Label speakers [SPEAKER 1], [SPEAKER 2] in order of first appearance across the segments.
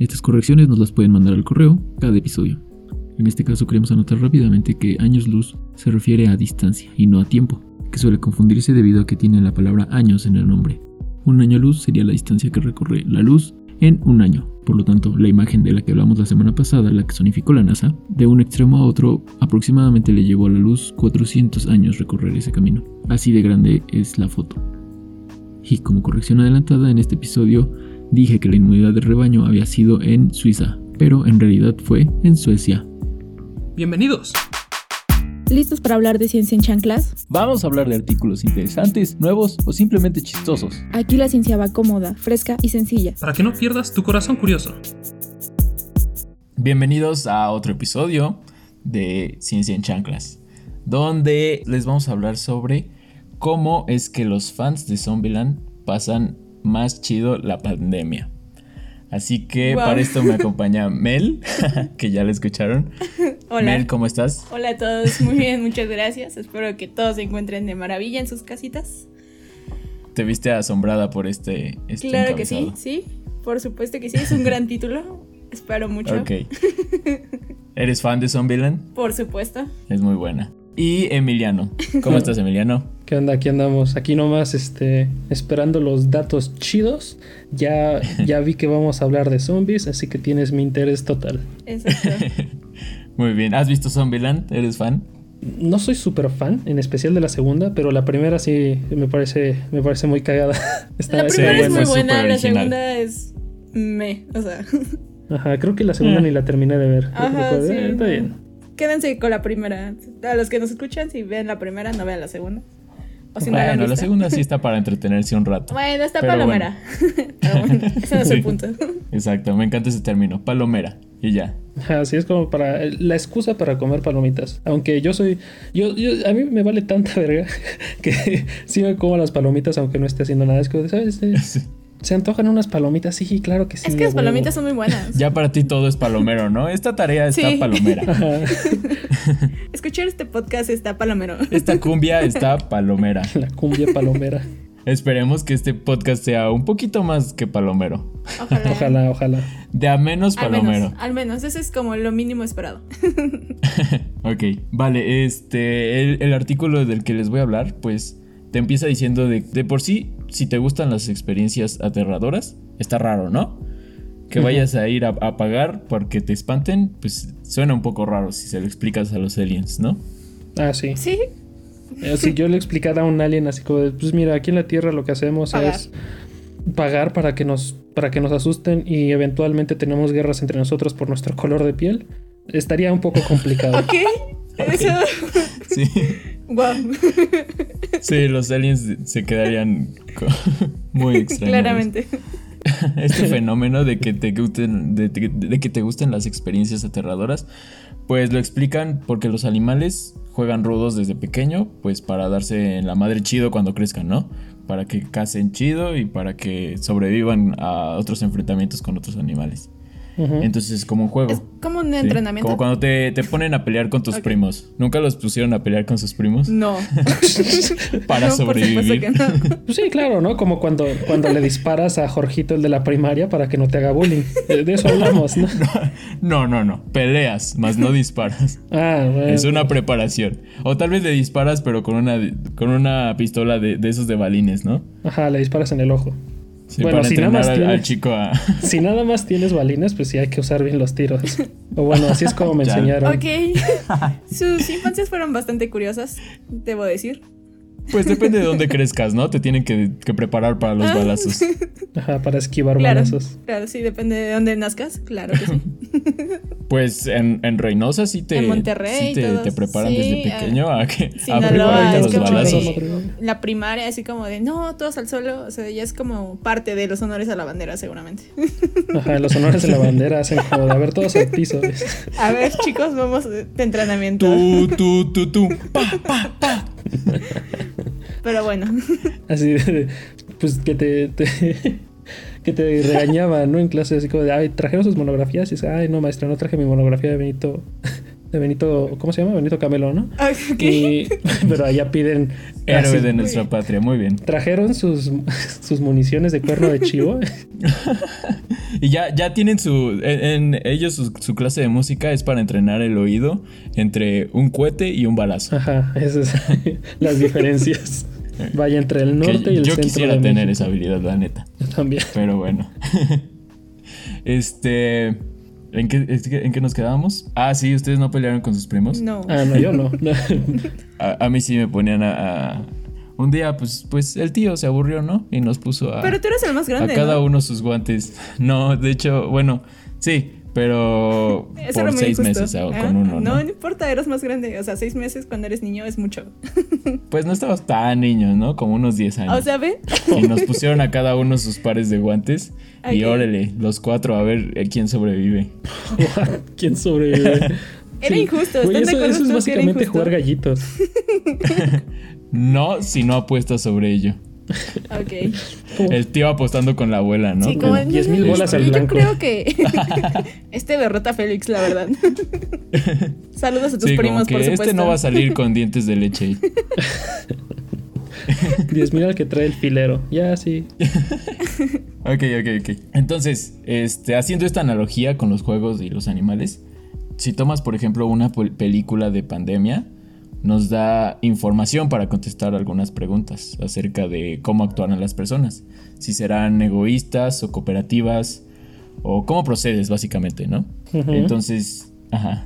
[SPEAKER 1] Estas correcciones nos las pueden mandar al correo cada episodio. En este caso queremos anotar rápidamente que años luz se refiere a distancia y no a tiempo, que suele confundirse debido a que tiene la palabra años en el nombre. Un año luz sería la distancia que recorre la luz en un año. Por lo tanto, la imagen de la que hablamos la semana pasada, la que sonificó la NASA, de un extremo a otro aproximadamente le llevó a la luz 400 años recorrer ese camino. Así de grande es la foto. Y como corrección adelantada en este episodio, dije que la inmunidad de rebaño había sido en Suiza, pero en realidad fue en Suecia.
[SPEAKER 2] Bienvenidos.
[SPEAKER 3] ¿Listos para hablar de ciencia en chanclas?
[SPEAKER 4] Vamos a hablar de artículos interesantes, nuevos o simplemente chistosos.
[SPEAKER 3] Aquí la ciencia va cómoda, fresca y sencilla.
[SPEAKER 2] Para que no pierdas tu corazón curioso.
[SPEAKER 4] Bienvenidos a otro episodio de Ciencia en Chanclas, donde les vamos a hablar sobre cómo es que los fans de Zombieland pasan más chido la pandemia. Así que
[SPEAKER 3] Wow.
[SPEAKER 4] para esto me acompaña Mel, que ya la escucharon. Mel,
[SPEAKER 5] Hola.
[SPEAKER 4] ¿cómo estás?
[SPEAKER 5] Hola a todos, muy bien, muchas gracias. Espero que todos se encuentren de maravilla en sus casitas.
[SPEAKER 4] ¿Te viste asombrada por este, este
[SPEAKER 5] claro que sí,
[SPEAKER 4] encabezado?
[SPEAKER 5] sí, por supuesto que sí, es un gran título. Espero mucho.
[SPEAKER 4] Ok. ¿Eres fan de Zombieland?
[SPEAKER 5] Por supuesto.
[SPEAKER 4] Es muy buena. Y Emiliano. ¿Cómo estás, Emiliano?
[SPEAKER 6] ¿Qué onda? Aquí andamos, aquí nomás este, esperando los datos chidos. Ya, ya vi que vamos a hablar de zombies, así que tienes mi interés total.
[SPEAKER 5] Exacto.
[SPEAKER 4] Muy bien. ¿Has visto Zombieland? ¿Eres fan?
[SPEAKER 6] No soy súper fan, en especial de la segunda, pero la primera sí me parece, me parece muy cagada. Está-
[SPEAKER 5] La
[SPEAKER 6] está
[SPEAKER 5] primera es
[SPEAKER 4] bueno,
[SPEAKER 5] muy
[SPEAKER 4] es
[SPEAKER 5] buena,
[SPEAKER 4] súper
[SPEAKER 5] la
[SPEAKER 4] original.
[SPEAKER 5] segunda es me, o sea,
[SPEAKER 6] Ajá, creo que la segunda ni la terminé de ver.
[SPEAKER 5] Mm. Ajá,
[SPEAKER 6] Recuerdo,
[SPEAKER 5] sí,
[SPEAKER 6] eh, está
[SPEAKER 5] no.
[SPEAKER 6] bien.
[SPEAKER 5] quédense con la primera. A los que nos escuchan, si ven la primera, no vean la segunda. O si no la han
[SPEAKER 4] bueno, la
[SPEAKER 5] visto.
[SPEAKER 4] segunda sí está para entretenerse un rato.
[SPEAKER 5] Bueno, está
[SPEAKER 4] Pero
[SPEAKER 5] palomera. Pero bueno, ese no es
[SPEAKER 4] Sí.
[SPEAKER 5] el punto.
[SPEAKER 4] Exacto, me encanta ese término, palomera. Y ya.
[SPEAKER 6] Así es como para eh, la excusa para comer palomitas. Aunque yo soy, yo, yo- a mí me vale tanta verga que sí me como las palomitas aunque no esté haciendo nada. Es que, ¿sabes? Eh,
[SPEAKER 4] Sí.
[SPEAKER 6] Se antojan unas palomitas, sí, claro que sí.
[SPEAKER 5] Es que
[SPEAKER 6] a
[SPEAKER 5] las
[SPEAKER 6] huevo.
[SPEAKER 5] palomitas son muy buenas.
[SPEAKER 4] Ya para ti todo es palomero, ¿no? Esta tarea está
[SPEAKER 5] Sí.
[SPEAKER 4] palomera.
[SPEAKER 5] Escuchar este podcast está palomero.
[SPEAKER 4] Esta cumbia está palomera.
[SPEAKER 6] La cumbia palomera.
[SPEAKER 4] Esperemos que este podcast sea un poquito más que palomero.
[SPEAKER 5] Ojalá.
[SPEAKER 6] Ojalá, ojalá.
[SPEAKER 4] De a menos
[SPEAKER 5] Al
[SPEAKER 4] palomero.
[SPEAKER 5] menos, al menos, ese es como lo mínimo esperado.
[SPEAKER 4] Ok, vale, este, el, el artículo del que les voy a hablar, pues te empieza diciendo de, de por sí, si te gustan las experiencias aterradoras, está raro, ¿no? Que vayas a ir a, a pagar porque te espanten, pues suena un poco raro si se lo explicas a los aliens, ¿no?
[SPEAKER 6] Ah, sí.
[SPEAKER 5] Sí,
[SPEAKER 6] Eh, Si yo le explicara a un alien así como, de, pues mira, aquí en la Tierra lo que hacemos
[SPEAKER 5] Pagar.
[SPEAKER 6] es pagar para que nos para que nos asusten y eventualmente tenemos guerras entre nosotros por nuestro color de piel, estaría un poco complicado.
[SPEAKER 5] ok. Eso,
[SPEAKER 4] Sí,
[SPEAKER 5] wow,
[SPEAKER 4] sí los aliens se quedarían co- muy extraños.
[SPEAKER 5] claramente.
[SPEAKER 4] este fenómeno de que te gusten de, de- de que te gusten las experiencias aterradoras pues lo explican porque los animales juegan rudos desde pequeño pues para darse en la madre chido cuando crezcan no para que cacen chido y para que sobrevivan a otros enfrentamientos con otros animales
[SPEAKER 6] Ujú.
[SPEAKER 4] entonces es como un juego
[SPEAKER 5] Es como un
[SPEAKER 4] ¿sí?
[SPEAKER 5] entrenamiento.
[SPEAKER 4] como cuando te, te ponen a pelear con tus
[SPEAKER 5] Ok.
[SPEAKER 4] primos nunca los pusieron a pelear con sus primos
[SPEAKER 5] No.
[SPEAKER 4] para
[SPEAKER 5] No,
[SPEAKER 4] sobrevivir
[SPEAKER 5] Por supuesto que no.
[SPEAKER 6] Pues sí, claro, ¿no? Como cuando, cuando le disparas a Jorgito el de la primaria para que no te haga bullying. Eh, De eso hablamos, ¿no?
[SPEAKER 4] no no no peleas más no disparas
[SPEAKER 6] Ah, bueno.
[SPEAKER 4] Es una preparación. O tal vez le disparas, pero con una, con una pistola de, de esos de balines, ¿no?
[SPEAKER 6] Ajá, le disparas en el ojo.
[SPEAKER 4] Sí,
[SPEAKER 6] Bueno,
[SPEAKER 4] para
[SPEAKER 6] si nada
[SPEAKER 4] entrenar
[SPEAKER 6] más
[SPEAKER 4] al,
[SPEAKER 6] tienes-
[SPEAKER 4] al chico a.
[SPEAKER 6] Si nada más tienes balines, pues sí hay que usar bien los tiros. O bueno, así es como me
[SPEAKER 4] Ya.
[SPEAKER 6] enseñaron.
[SPEAKER 5] Ok. Sus infancias fueron bastante curiosas, debo decir.
[SPEAKER 4] Pues depende de dónde crezcas, ¿no? Te tienen que, que preparar para los
[SPEAKER 5] Ah.
[SPEAKER 4] balazos.
[SPEAKER 6] Ajá, para esquivar
[SPEAKER 5] Claro.
[SPEAKER 6] balazos.
[SPEAKER 5] Claro, sí, depende de dónde nazcas, claro que sí.
[SPEAKER 4] Pues en, en Reynosa sí te.
[SPEAKER 5] En Monterrey
[SPEAKER 4] sí te,
[SPEAKER 5] y todo.
[SPEAKER 4] te preparan
[SPEAKER 5] Sí,
[SPEAKER 4] desde
[SPEAKER 5] ah,
[SPEAKER 4] pequeño a, que, a
[SPEAKER 5] Sinaloa,
[SPEAKER 4] prepararte
[SPEAKER 5] es
[SPEAKER 4] los
[SPEAKER 5] como
[SPEAKER 4] balazos.
[SPEAKER 5] de- la primaria, así como de no, todos al solo. O sea, ya es como parte de los honores a la bandera, seguramente.
[SPEAKER 6] Ajá, los honores de la bandera hacen como de haber todos al piso. ¿ves?
[SPEAKER 5] A ver, chicos, vamos de entrenamiento.
[SPEAKER 4] Tú, tú, tú, tú. Pa, pa.
[SPEAKER 5] Pero bueno,
[SPEAKER 6] Así de, pues que te, te- que te regañaban, ¿no? En clase, así como de, ay, trajeron sus monografías. Y es, ay, no, maestra, no traje mi monografía de Benito. de Benito, ¿cómo se llama? Benito Camelo, ¿no?
[SPEAKER 5] Ah, ok.
[SPEAKER 6] Y- pero allá piden
[SPEAKER 4] Héroe
[SPEAKER 6] así,
[SPEAKER 4] de nuestra patria, muy bien.
[SPEAKER 6] trajeron sus, sus municiones de cuerno de chivo.
[SPEAKER 4] Y ya, ya tienen su. En, en ellos su, su clase de música es para entrenar el oído entre un cohete y un balazo.
[SPEAKER 6] Ajá, esas son las diferencias. Vaya entre el
[SPEAKER 4] Que
[SPEAKER 6] norte y el
[SPEAKER 4] yo
[SPEAKER 6] centro.
[SPEAKER 4] quisiera
[SPEAKER 6] de
[SPEAKER 4] tener
[SPEAKER 6] México.
[SPEAKER 4] esa habilidad, la neta.
[SPEAKER 6] Yo también.
[SPEAKER 4] Pero bueno. este. ¿en qué, es que- ¿En qué nos quedábamos? Ah, sí, ustedes no pelearon con sus primos.
[SPEAKER 5] No.
[SPEAKER 6] Ah, no, yo no. no.
[SPEAKER 4] A, a mí sí me ponían a. a- un día, pues, pues el tío se aburrió, ¿no? Y nos puso a.
[SPEAKER 5] Pero tú eres el más
[SPEAKER 4] a
[SPEAKER 5] grande.
[SPEAKER 4] cada
[SPEAKER 5] ¿no?
[SPEAKER 4] uno sus guantes. No, de hecho, bueno, sí, pero
[SPEAKER 5] Eso era
[SPEAKER 4] por
[SPEAKER 5] muy
[SPEAKER 4] seis
[SPEAKER 5] injusto.
[SPEAKER 4] meses o
[SPEAKER 5] Ah,
[SPEAKER 4] con uno, ¿no?
[SPEAKER 5] No importa, eres más grande. O sea, seis meses cuando eres niño es mucho.
[SPEAKER 4] Pues no estabas tan niños, ¿no? Como unos 10 años.
[SPEAKER 5] O sea, ve.
[SPEAKER 4] y nos pusieron a cada uno sus pares de guantes. Y
[SPEAKER 5] Ok.
[SPEAKER 4] órale, los cuatro, a ver eh, quién sobrevive.
[SPEAKER 6] ¿Quién sobrevive?
[SPEAKER 5] Era injusto,
[SPEAKER 6] Güey,
[SPEAKER 5] ¿están de
[SPEAKER 6] eso,
[SPEAKER 5] acuerdo
[SPEAKER 6] eso es
[SPEAKER 5] todos que era
[SPEAKER 6] básicamente
[SPEAKER 5] injusto?
[SPEAKER 6] jugar gallitos.
[SPEAKER 4] No, si no apuestas sobre ello.
[SPEAKER 5] Ok.
[SPEAKER 4] El tío apostando con la abuela, ¿no?
[SPEAKER 5] Sí, como
[SPEAKER 6] Con 10,000 bolas al
[SPEAKER 5] yo
[SPEAKER 6] blanco.
[SPEAKER 5] creo que este derrota a Félix, la verdad. Saludos a tus
[SPEAKER 4] Sí, como
[SPEAKER 5] primos,
[SPEAKER 4] que
[SPEAKER 5] por supuesto.
[SPEAKER 4] este no va a salir con dientes de leche.
[SPEAKER 6] 10.000 al que trae el filero. Ya, sí.
[SPEAKER 4] Ok, ok, ok. Entonces, este, haciendo esta analogía con los juegos y los animales, si tomas, por ejemplo, una pel- película de pandemia, nos da información para contestar algunas preguntas acerca de cómo actuarán las personas, si serán egoístas o cooperativas, o cómo procedes, básicamente, ¿no?
[SPEAKER 6] Ujú.
[SPEAKER 4] Entonces, ajá.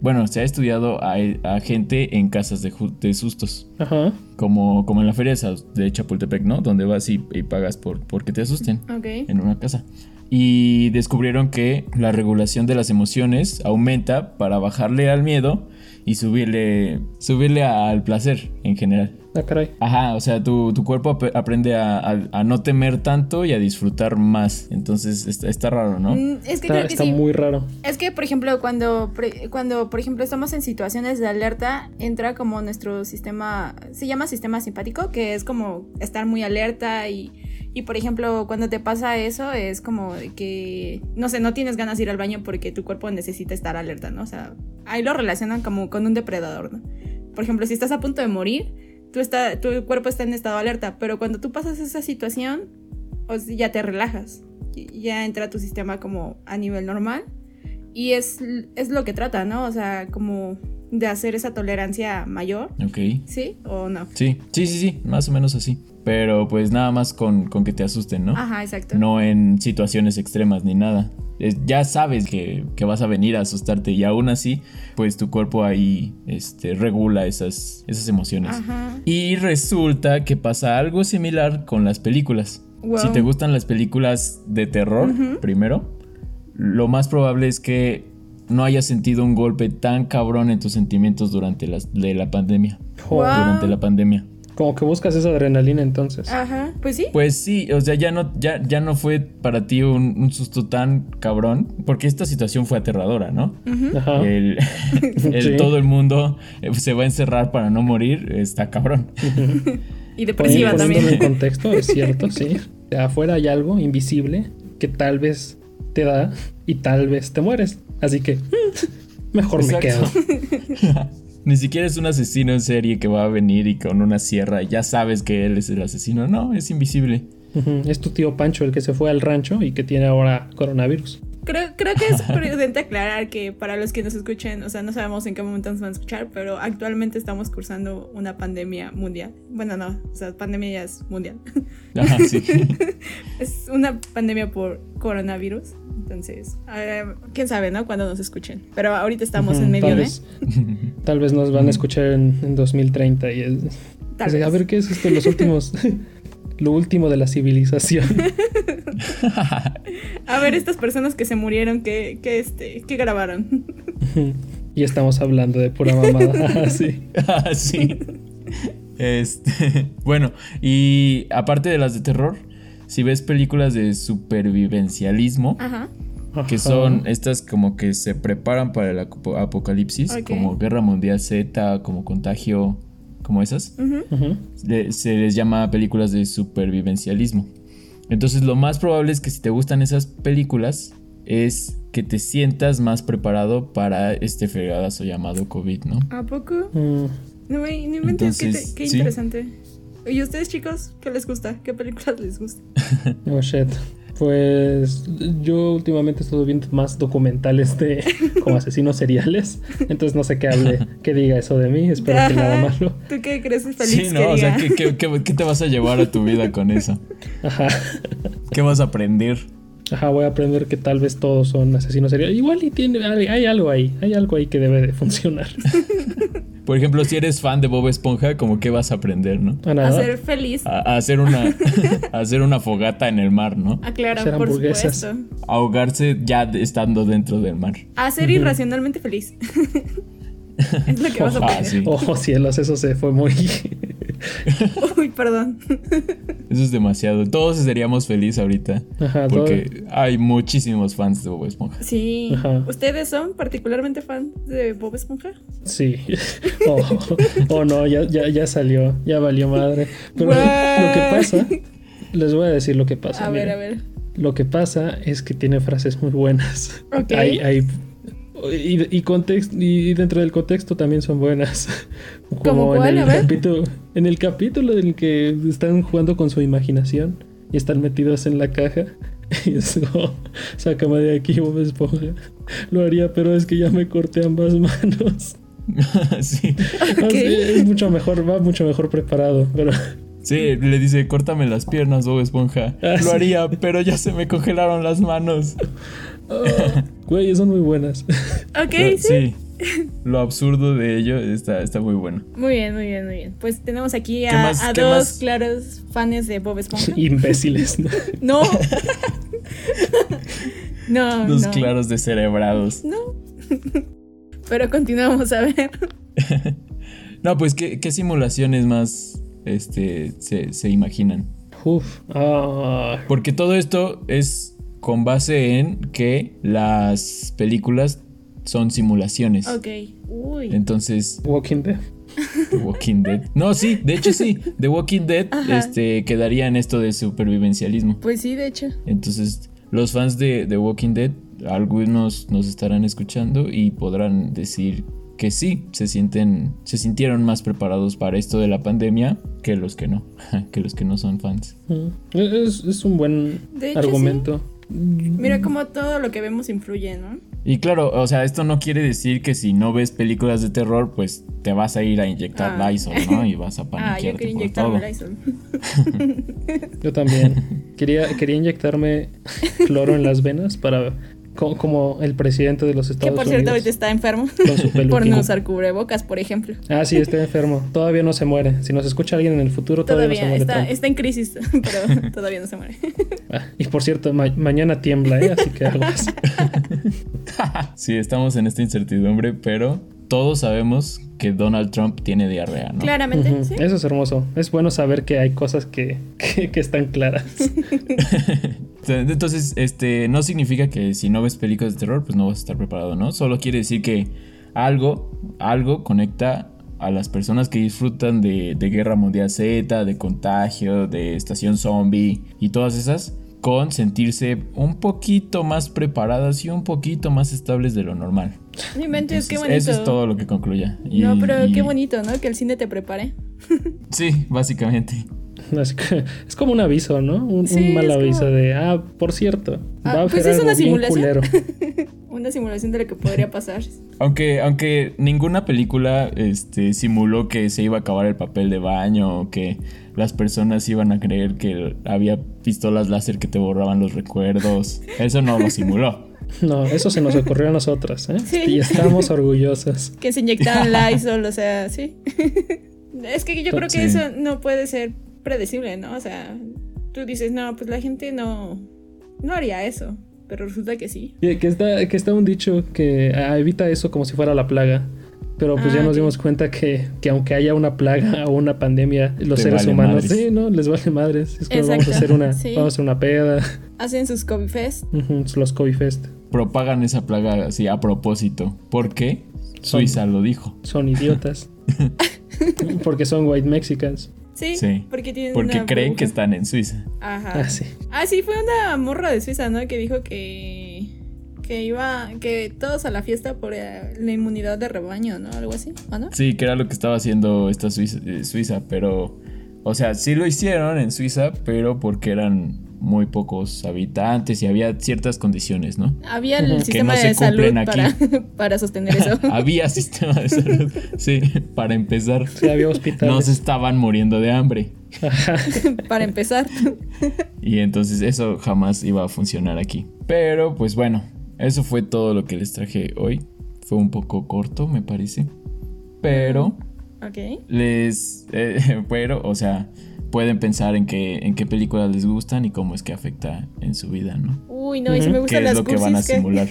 [SPEAKER 4] bueno, se ha estudiado a, e, a gente en casas de ju- de sustos.
[SPEAKER 6] Ajá.
[SPEAKER 4] Como, como en la feria de Sa- de Chapultepec, ¿no? Donde vas y, y pagas por, porque te asusten
[SPEAKER 5] Ok.
[SPEAKER 4] en una casa. Y descubrieron que la regulación de las emociones aumenta para bajarle al miedo y subirle, subirle al placer en general.
[SPEAKER 6] Ah, caray.
[SPEAKER 4] Ajá, o sea, tu, tu cuerpo ap- aprende a, a- a no temer tanto y a disfrutar más. Entonces está, está raro, ¿no?
[SPEAKER 5] Mm, Es
[SPEAKER 6] Está,
[SPEAKER 5] que creo que
[SPEAKER 6] está
[SPEAKER 5] sí.
[SPEAKER 6] muy raro.
[SPEAKER 5] Es que, por ejemplo, cuando, pre- cuando, por ejemplo, estamos en situaciones de alerta, entra como nuestro sistema, se llama sistema simpático, que es como estar muy alerta y, y, por ejemplo, cuando te pasa eso, es como de que, no sé, no tienes ganas de ir al baño porque tu cuerpo necesita estar alerta, ¿no? O sea, ahí lo relacionan como con un depredador, ¿no? Por ejemplo, si estás a punto de morir, tú está, tu cuerpo está en estado de alerta, pero cuando tú pasas esa situación, o sea, ya te relajas, y- ya entra tu sistema como a nivel normal. Y es, es lo que trata, ¿no? O sea, como de hacer esa tolerancia mayor,
[SPEAKER 4] Ok.
[SPEAKER 5] ¿sí? ¿O no?
[SPEAKER 4] Sí, sí, sí, sí, más o menos así. Pero pues nada más con, con que te asusten, ¿no?
[SPEAKER 5] Ajá, exacto.
[SPEAKER 4] no en situaciones extremas ni nada. Es- Ya sabes que, que vas a venir a asustarte y aún así, pues tu cuerpo ahí este, regula esas, esas emociones.
[SPEAKER 5] Ajá.
[SPEAKER 4] Y resulta que pasa algo similar con las películas.
[SPEAKER 5] Wow.
[SPEAKER 4] Si te gustan las películas de terror,
[SPEAKER 5] Ujú.
[SPEAKER 4] primero, lo más probable es que no hayas sentido un golpe tan cabrón en tus sentimientos durante las- de la pandemia.
[SPEAKER 6] Jo,
[SPEAKER 5] Guau.
[SPEAKER 4] Durante la pandemia.
[SPEAKER 6] Como que buscas esa adrenalina entonces.
[SPEAKER 5] Ajá. Pues sí.
[SPEAKER 4] Pues sí, o sea, ya no, ya, ya no fue para ti un, un susto tan cabrón, porque esta situación fue aterradora, ¿no?
[SPEAKER 5] Ujú.
[SPEAKER 6] Ajá.
[SPEAKER 4] El, el
[SPEAKER 6] Ah. Sí.
[SPEAKER 4] todo el mundo eh, se va a encerrar para no morir, está cabrón.
[SPEAKER 5] Y
[SPEAKER 6] Poni-
[SPEAKER 5] depresiva
[SPEAKER 4] Oye,
[SPEAKER 6] poniéndolo en
[SPEAKER 5] también.
[SPEAKER 6] contexto, es cierto, sí. Afuera hay algo invisible que tal vez te da y tal vez te mueres. Así que mm, mejor
[SPEAKER 4] Exacto.
[SPEAKER 6] me quedo.
[SPEAKER 4] Ni siquiera es un asesino en serie que va a venir y con una sierra ya sabes que él es el asesino, no, es invisible.
[SPEAKER 6] Ujú, Es tu tío Pancho el que se fue al rancho y que tiene ahora coronavirus.
[SPEAKER 5] Creo, creo que es prudente aclarar que para los que nos escuchen, o sea, no sabemos en qué momento nos van a escuchar, pero actualmente estamos cursando una pandemia mundial. Bueno, no, o sea, pandemia ya es mundial.
[SPEAKER 4] Ah, sí.
[SPEAKER 5] Es una pandemia por coronavirus. Entonces, eh, quién sabe, ¿no? Cuando nos escuchen. Pero ahorita estamos en
[SPEAKER 6] Ujú,
[SPEAKER 5] medio ¿eh?
[SPEAKER 6] tal
[SPEAKER 5] de.
[SPEAKER 6] vez, tal vez nos van a escuchar en, en 2030 y es,
[SPEAKER 5] Tal
[SPEAKER 6] o sea, Pues, a
[SPEAKER 5] vez.
[SPEAKER 6] ver qué es esto, los últimos, lo último de la civilización.
[SPEAKER 5] A ver, estas personas que se murieron, que, que, este, que grabaron.
[SPEAKER 6] y estamos hablando de pura mamada. sí.
[SPEAKER 4] Ah, sí. Este, bueno, y aparte de las de terror, si ves películas de supervivencialismo,
[SPEAKER 5] Ajá.
[SPEAKER 4] que son estas como que se preparan para el aco- apocalipsis,
[SPEAKER 5] Ok.
[SPEAKER 4] como Guerra Mundial Z, como Contagio, como esas,
[SPEAKER 5] Ujú.
[SPEAKER 6] Ujú.
[SPEAKER 4] le- se les llama películas de supervivencialismo. Entonces lo más probable es que si te gustan esas películas es que te sientas más preparado para este fregadazo llamado COVID, ¿no?
[SPEAKER 5] ¿A poco?
[SPEAKER 6] Mm,
[SPEAKER 5] No me, no inventes, qué,
[SPEAKER 4] Entonces,
[SPEAKER 5] te- qué
[SPEAKER 4] sí.
[SPEAKER 5] interesante. ¿Y ustedes, chicos, qué les gusta? ¿Qué películas les gusta?
[SPEAKER 6] oh, shit. Pues yo últimamente he estado viendo más documentales de como asesinos seriales. Entonces no sé qué hable, que diga eso de mí. Espero que nada
[SPEAKER 5] Ajá.
[SPEAKER 6] malo.
[SPEAKER 5] ¿Tú qué crees, Félix?
[SPEAKER 4] sí,
[SPEAKER 5] que
[SPEAKER 4] no, o sea,
[SPEAKER 5] diga?
[SPEAKER 4] ¿qué, qué, qué- qué te vas a llevar a tu vida con eso?
[SPEAKER 6] Ajá.
[SPEAKER 4] ¿Qué vas a aprender?
[SPEAKER 6] Ajá, voy a aprender que tal vez todos son asesinos seriales. Igual y tiene, hay, hay algo ahí, hay algo ahí que debe de funcionar.
[SPEAKER 4] Por ejemplo, si eres fan de Bob Esponja, como qué vas a aprender, ¿no?
[SPEAKER 6] A
[SPEAKER 5] A
[SPEAKER 6] Ah, nada.
[SPEAKER 5] ser feliz.
[SPEAKER 4] A, a hacer una, a hacer una fogata en el mar, ¿no?
[SPEAKER 5] Aclara,
[SPEAKER 6] Hacer
[SPEAKER 5] por
[SPEAKER 6] hamburguesas.
[SPEAKER 5] supuesto.
[SPEAKER 4] Ahogarse ya de- estando dentro del mar.
[SPEAKER 5] A ser irracionalmente feliz. es lo que vas a
[SPEAKER 4] Ah,
[SPEAKER 5] poner.
[SPEAKER 4] sí.
[SPEAKER 6] Oh, cielos, eso se fue muy.
[SPEAKER 5] Uy, perdón.
[SPEAKER 4] Eso es demasiado. Todos seríamos felices ahorita.
[SPEAKER 6] Ajá, todo-
[SPEAKER 4] Porque hay muchísimos fans de Bob Esponja.
[SPEAKER 5] Sí.
[SPEAKER 6] Ajá.
[SPEAKER 5] ¿Ustedes son particularmente fan de Bob Esponja?
[SPEAKER 6] Sí. Oh, oh, no, ya, ya, ya salió, ya valió madre. Pero
[SPEAKER 5] Güey.
[SPEAKER 6] lo que pasa, les voy a decir lo que pasa.
[SPEAKER 5] A ver,
[SPEAKER 6] miren.
[SPEAKER 5] a ver.
[SPEAKER 6] Lo que pasa es que tiene frases muy buenas.
[SPEAKER 5] Ok.
[SPEAKER 6] Hay, hay- y, y context- y dentro del contexto también son buenas.
[SPEAKER 5] ¿Cómo
[SPEAKER 6] en
[SPEAKER 5] cuál?
[SPEAKER 6] el
[SPEAKER 5] A ver.
[SPEAKER 6] capítulo, en el capítulo en el que están jugando con su imaginación y están metidos en la caja. Y es como, sácame de aquí, Bob Esponja. Lo haría, pero es que ya me corté ambas manos.
[SPEAKER 4] sí.
[SPEAKER 6] No sé, Es mucho mejor, va mucho mejor preparado. Pero
[SPEAKER 4] Sí, le dice, córtame las piernas, Bob Esponja.
[SPEAKER 6] Ah, sí.
[SPEAKER 4] Lo haría, pero ya se me congelaron las manos.
[SPEAKER 6] Güey, son muy buenas.
[SPEAKER 5] Ok,
[SPEAKER 4] Lo-
[SPEAKER 5] sí.
[SPEAKER 4] Lo absurdo de ello está, está muy bueno.
[SPEAKER 5] Muy bien, muy bien, muy bien. Pues tenemos aquí a,
[SPEAKER 4] ¿Qué más-
[SPEAKER 5] a
[SPEAKER 4] qué
[SPEAKER 5] dos
[SPEAKER 4] más?
[SPEAKER 5] claros fans de Bob Esponja.
[SPEAKER 6] Imbéciles, ¿no?
[SPEAKER 5] No. no,
[SPEAKER 4] Los
[SPEAKER 5] Oh, no.
[SPEAKER 4] claros descerebrados.
[SPEAKER 5] No. Pero continuamos a ver.
[SPEAKER 4] No, pues, ¿qué, qué simulaciones más este, se, se imaginan?
[SPEAKER 6] Uf. Ah,
[SPEAKER 4] Porque todo esto es con base en que las películas son simulaciones.
[SPEAKER 5] Ok. Uy.
[SPEAKER 4] Entonces,
[SPEAKER 6] Walking Dead.
[SPEAKER 4] The Walking Dead. No, sí, de hecho sí. The Walking Dead
[SPEAKER 5] Ajá.
[SPEAKER 4] este, quedaría en esto de supervivencialismo.
[SPEAKER 5] Pues sí, de hecho.
[SPEAKER 4] Entonces, los fans de The Walking Dead, algunos nos estarán escuchando y podrán decir que sí, se sienten, se sintieron más preparados para esto de la pandemia que los que no, que los que no son fans.
[SPEAKER 6] Mm. Es, es un buen
[SPEAKER 5] De hecho,
[SPEAKER 6] argumento.
[SPEAKER 5] Mira cómo todo lo que vemos influye, ¿no?
[SPEAKER 4] Y claro, o sea, esto no quiere decir que si no ves películas de terror, pues te vas a ir a inyectar
[SPEAKER 5] Ah.
[SPEAKER 4] Lysol, ¿no? Y vas a
[SPEAKER 5] Ah, yo
[SPEAKER 4] paniquearte
[SPEAKER 5] quería
[SPEAKER 4] por todo.
[SPEAKER 5] inyectarme Lysol.
[SPEAKER 6] Yo también. quería, quería inyectarme cloro en las venas para. co- Como, el presidente de los
[SPEAKER 5] Que
[SPEAKER 6] Estados
[SPEAKER 5] por cierto, ahorita
[SPEAKER 6] Unidos.
[SPEAKER 5] está enfermo.
[SPEAKER 6] con su peluquín.
[SPEAKER 5] Por no usar cubrebocas, por ejemplo.
[SPEAKER 6] Ah, sí, está enfermo. Todavía no se muere. Si nos escucha alguien en el futuro, todavía, no
[SPEAKER 5] Todavía
[SPEAKER 6] se muere.
[SPEAKER 5] está,
[SPEAKER 6] Trump.
[SPEAKER 5] está en crisis, pero todavía no se muere.
[SPEAKER 6] Ah, y por cierto, ma- mañana tiembla, ¿eh? Así que aguas.
[SPEAKER 4] Sí, estamos en esta incertidumbre, pero todos sabemos que Donald Trump tiene diarrea, ¿no?
[SPEAKER 5] Claramente,
[SPEAKER 6] Ujú.
[SPEAKER 5] ¿sí?
[SPEAKER 6] Eso es hermoso. Es bueno saber que hay cosas que, que, que están claras.
[SPEAKER 4] Entonces, este, no significa que si no ves películas de terror, pues no vas a estar preparado, ¿no? Solo quiere decir que algo, algo conecta a las personas que disfrutan de, de Guerra Mundial Z, de Contagio, de Estación Zombie y todas esas, con sentirse un poquito más preparadas y un poquito más estables de lo normal.
[SPEAKER 5] No inventes, qué bonito.
[SPEAKER 4] Entonces, Eso es todo lo que concluya. Y-
[SPEAKER 5] No, pero
[SPEAKER 4] y-
[SPEAKER 5] qué bonito, ¿no? Que el cine te prepare.
[SPEAKER 4] Sí, básicamente.
[SPEAKER 6] Así que es como un aviso, ¿no? Un- Un,
[SPEAKER 5] Sí,
[SPEAKER 6] mal
[SPEAKER 5] es como-
[SPEAKER 6] aviso de, ah, por cierto, va
[SPEAKER 5] Ah,
[SPEAKER 6] a haber
[SPEAKER 5] pues es
[SPEAKER 6] algo
[SPEAKER 5] una
[SPEAKER 6] bien
[SPEAKER 5] simulación.
[SPEAKER 6] culero.
[SPEAKER 5] Una simulación de lo que podría pasar.
[SPEAKER 4] Aunque, aunque ninguna película este, simuló que se iba a acabar el papel de baño o que las personas iban a creer que había pistolas láser que te borraban los recuerdos. Eso no lo simuló.
[SPEAKER 6] No, eso se nos ocurrió a nosotras, ¿eh?
[SPEAKER 5] Sí.
[SPEAKER 6] Y estamos orgullosas.
[SPEAKER 5] Que se inyectaban Lysol, o sea, sí. es que yo creo
[SPEAKER 4] Sí.
[SPEAKER 5] que eso no puede ser predecible, ¿no? O sea, tú dices, no, pues la gente no, no haría eso. Pero resulta que sí.
[SPEAKER 6] Y Que está, que está un dicho que ah, evita eso como si fuera la plaga. Pero pues ya
[SPEAKER 5] Ah,
[SPEAKER 6] nos
[SPEAKER 5] ok.
[SPEAKER 6] dimos cuenta que, que aunque haya una plaga o una pandemia, los
[SPEAKER 4] Te
[SPEAKER 6] seres
[SPEAKER 4] vale
[SPEAKER 6] humanos,
[SPEAKER 4] madres.
[SPEAKER 6] sí, ¿no? Les vale madres. Es como vamos a
[SPEAKER 5] Exacto,
[SPEAKER 6] hacer una,
[SPEAKER 5] sí.
[SPEAKER 6] vamos a hacer una peda.
[SPEAKER 5] Hacen sus COVID Fest.
[SPEAKER 6] Ujú, Los COVID Fest
[SPEAKER 4] Propagan esa plaga así a propósito. ¿Por qué? Suiza lo dijo.
[SPEAKER 6] son idiotas. Porque son white mexicans.
[SPEAKER 5] Sí,
[SPEAKER 4] Sí,
[SPEAKER 5] porque tienen
[SPEAKER 4] Porque
[SPEAKER 5] una
[SPEAKER 4] creen que
[SPEAKER 5] burbuja.
[SPEAKER 4] están en Suiza.
[SPEAKER 5] Ajá.
[SPEAKER 6] Ah, sí.
[SPEAKER 5] Ah, sí, fue una morra de Suiza, ¿no? Que dijo que. que iba, que todos a la fiesta por eh, la inmunidad de rebaño, ¿no? Algo así, ¿o no?
[SPEAKER 4] Sí, que era lo que estaba haciendo esta Suiza, eh, Suiza, pero. O sea, sí lo hicieron en Suiza, pero porque eran muy pocos habitantes y había ciertas condiciones, ¿no?
[SPEAKER 5] Había el
[SPEAKER 4] Que
[SPEAKER 5] sistema
[SPEAKER 4] no se
[SPEAKER 5] de salud
[SPEAKER 4] cumplen
[SPEAKER 5] para,
[SPEAKER 4] aquí. Ah.
[SPEAKER 5] para sostener eso.
[SPEAKER 4] había sistema de salud. Sí, para empezar.
[SPEAKER 6] Sí, había hospitales.
[SPEAKER 4] No se estaban muriendo de hambre.
[SPEAKER 5] para empezar.
[SPEAKER 4] Y entonces eso jamás iba a funcionar aquí. Pero pues bueno, eso fue todo lo que les traje hoy. Fue un poco corto, me parece. Pero
[SPEAKER 5] ok.
[SPEAKER 4] les... eh, pero, o sea, pueden pensar en qué, en qué películas les gustan y cómo es que afecta en su vida, ¿no?
[SPEAKER 5] Uy, no, y si me
[SPEAKER 4] ¿Qué
[SPEAKER 5] gustan
[SPEAKER 4] es
[SPEAKER 5] las
[SPEAKER 4] lo que van a
[SPEAKER 5] cursis, ¿qué?
[SPEAKER 4] simular?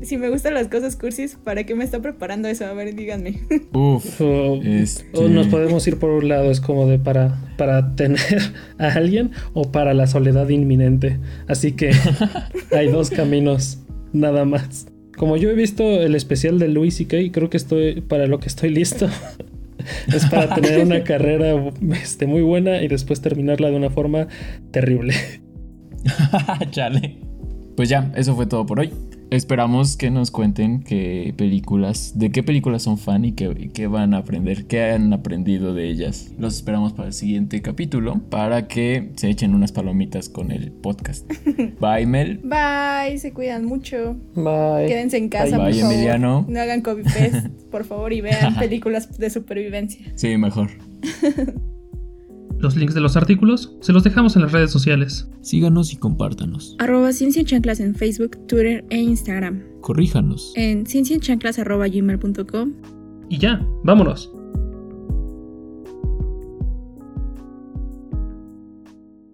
[SPEAKER 5] Si me gustan las cosas cursis, ¿para qué me está preparando eso? A ver, díganme.
[SPEAKER 4] Uf.
[SPEAKER 6] O,
[SPEAKER 4] Este-
[SPEAKER 6] o nos podemos ir por un lado, es como de para, para tener a alguien o para la soledad inminente. Así que hay dos caminos, nada más. Como yo he visto el especial de Louis C.K., creo que estoy para lo que estoy listo. Es para tener una carrera este, muy buena y después terminarla de una forma terrible.
[SPEAKER 4] Ah, Chale. Pues ya, eso fue todo por hoy. Esperamos que nos cuenten qué películas, de qué películas son fan y qué, y qué van a aprender, qué han aprendido de ellas. Los esperamos para el siguiente capítulo para que se echen unas palomitas con el podcast. Bye, Mel.
[SPEAKER 5] Bye, se cuidan mucho.
[SPEAKER 6] Bye.
[SPEAKER 5] Quédense en casa,
[SPEAKER 4] Bye,
[SPEAKER 5] por favor.
[SPEAKER 4] Emiliano.
[SPEAKER 5] No hagan copy paste, por favor, y vean películas de supervivencia.
[SPEAKER 4] Sí, mejor.
[SPEAKER 2] Los links de los artículos se los dejamos en las redes sociales.
[SPEAKER 1] Síganos y compártanos.
[SPEAKER 3] Arroba Ciencia en Chanclas en Facebook, Twitter e Instagram.
[SPEAKER 1] Corríjanos.
[SPEAKER 3] En cienciaenchanclas.gmail.com
[SPEAKER 2] Y ya, vámonos.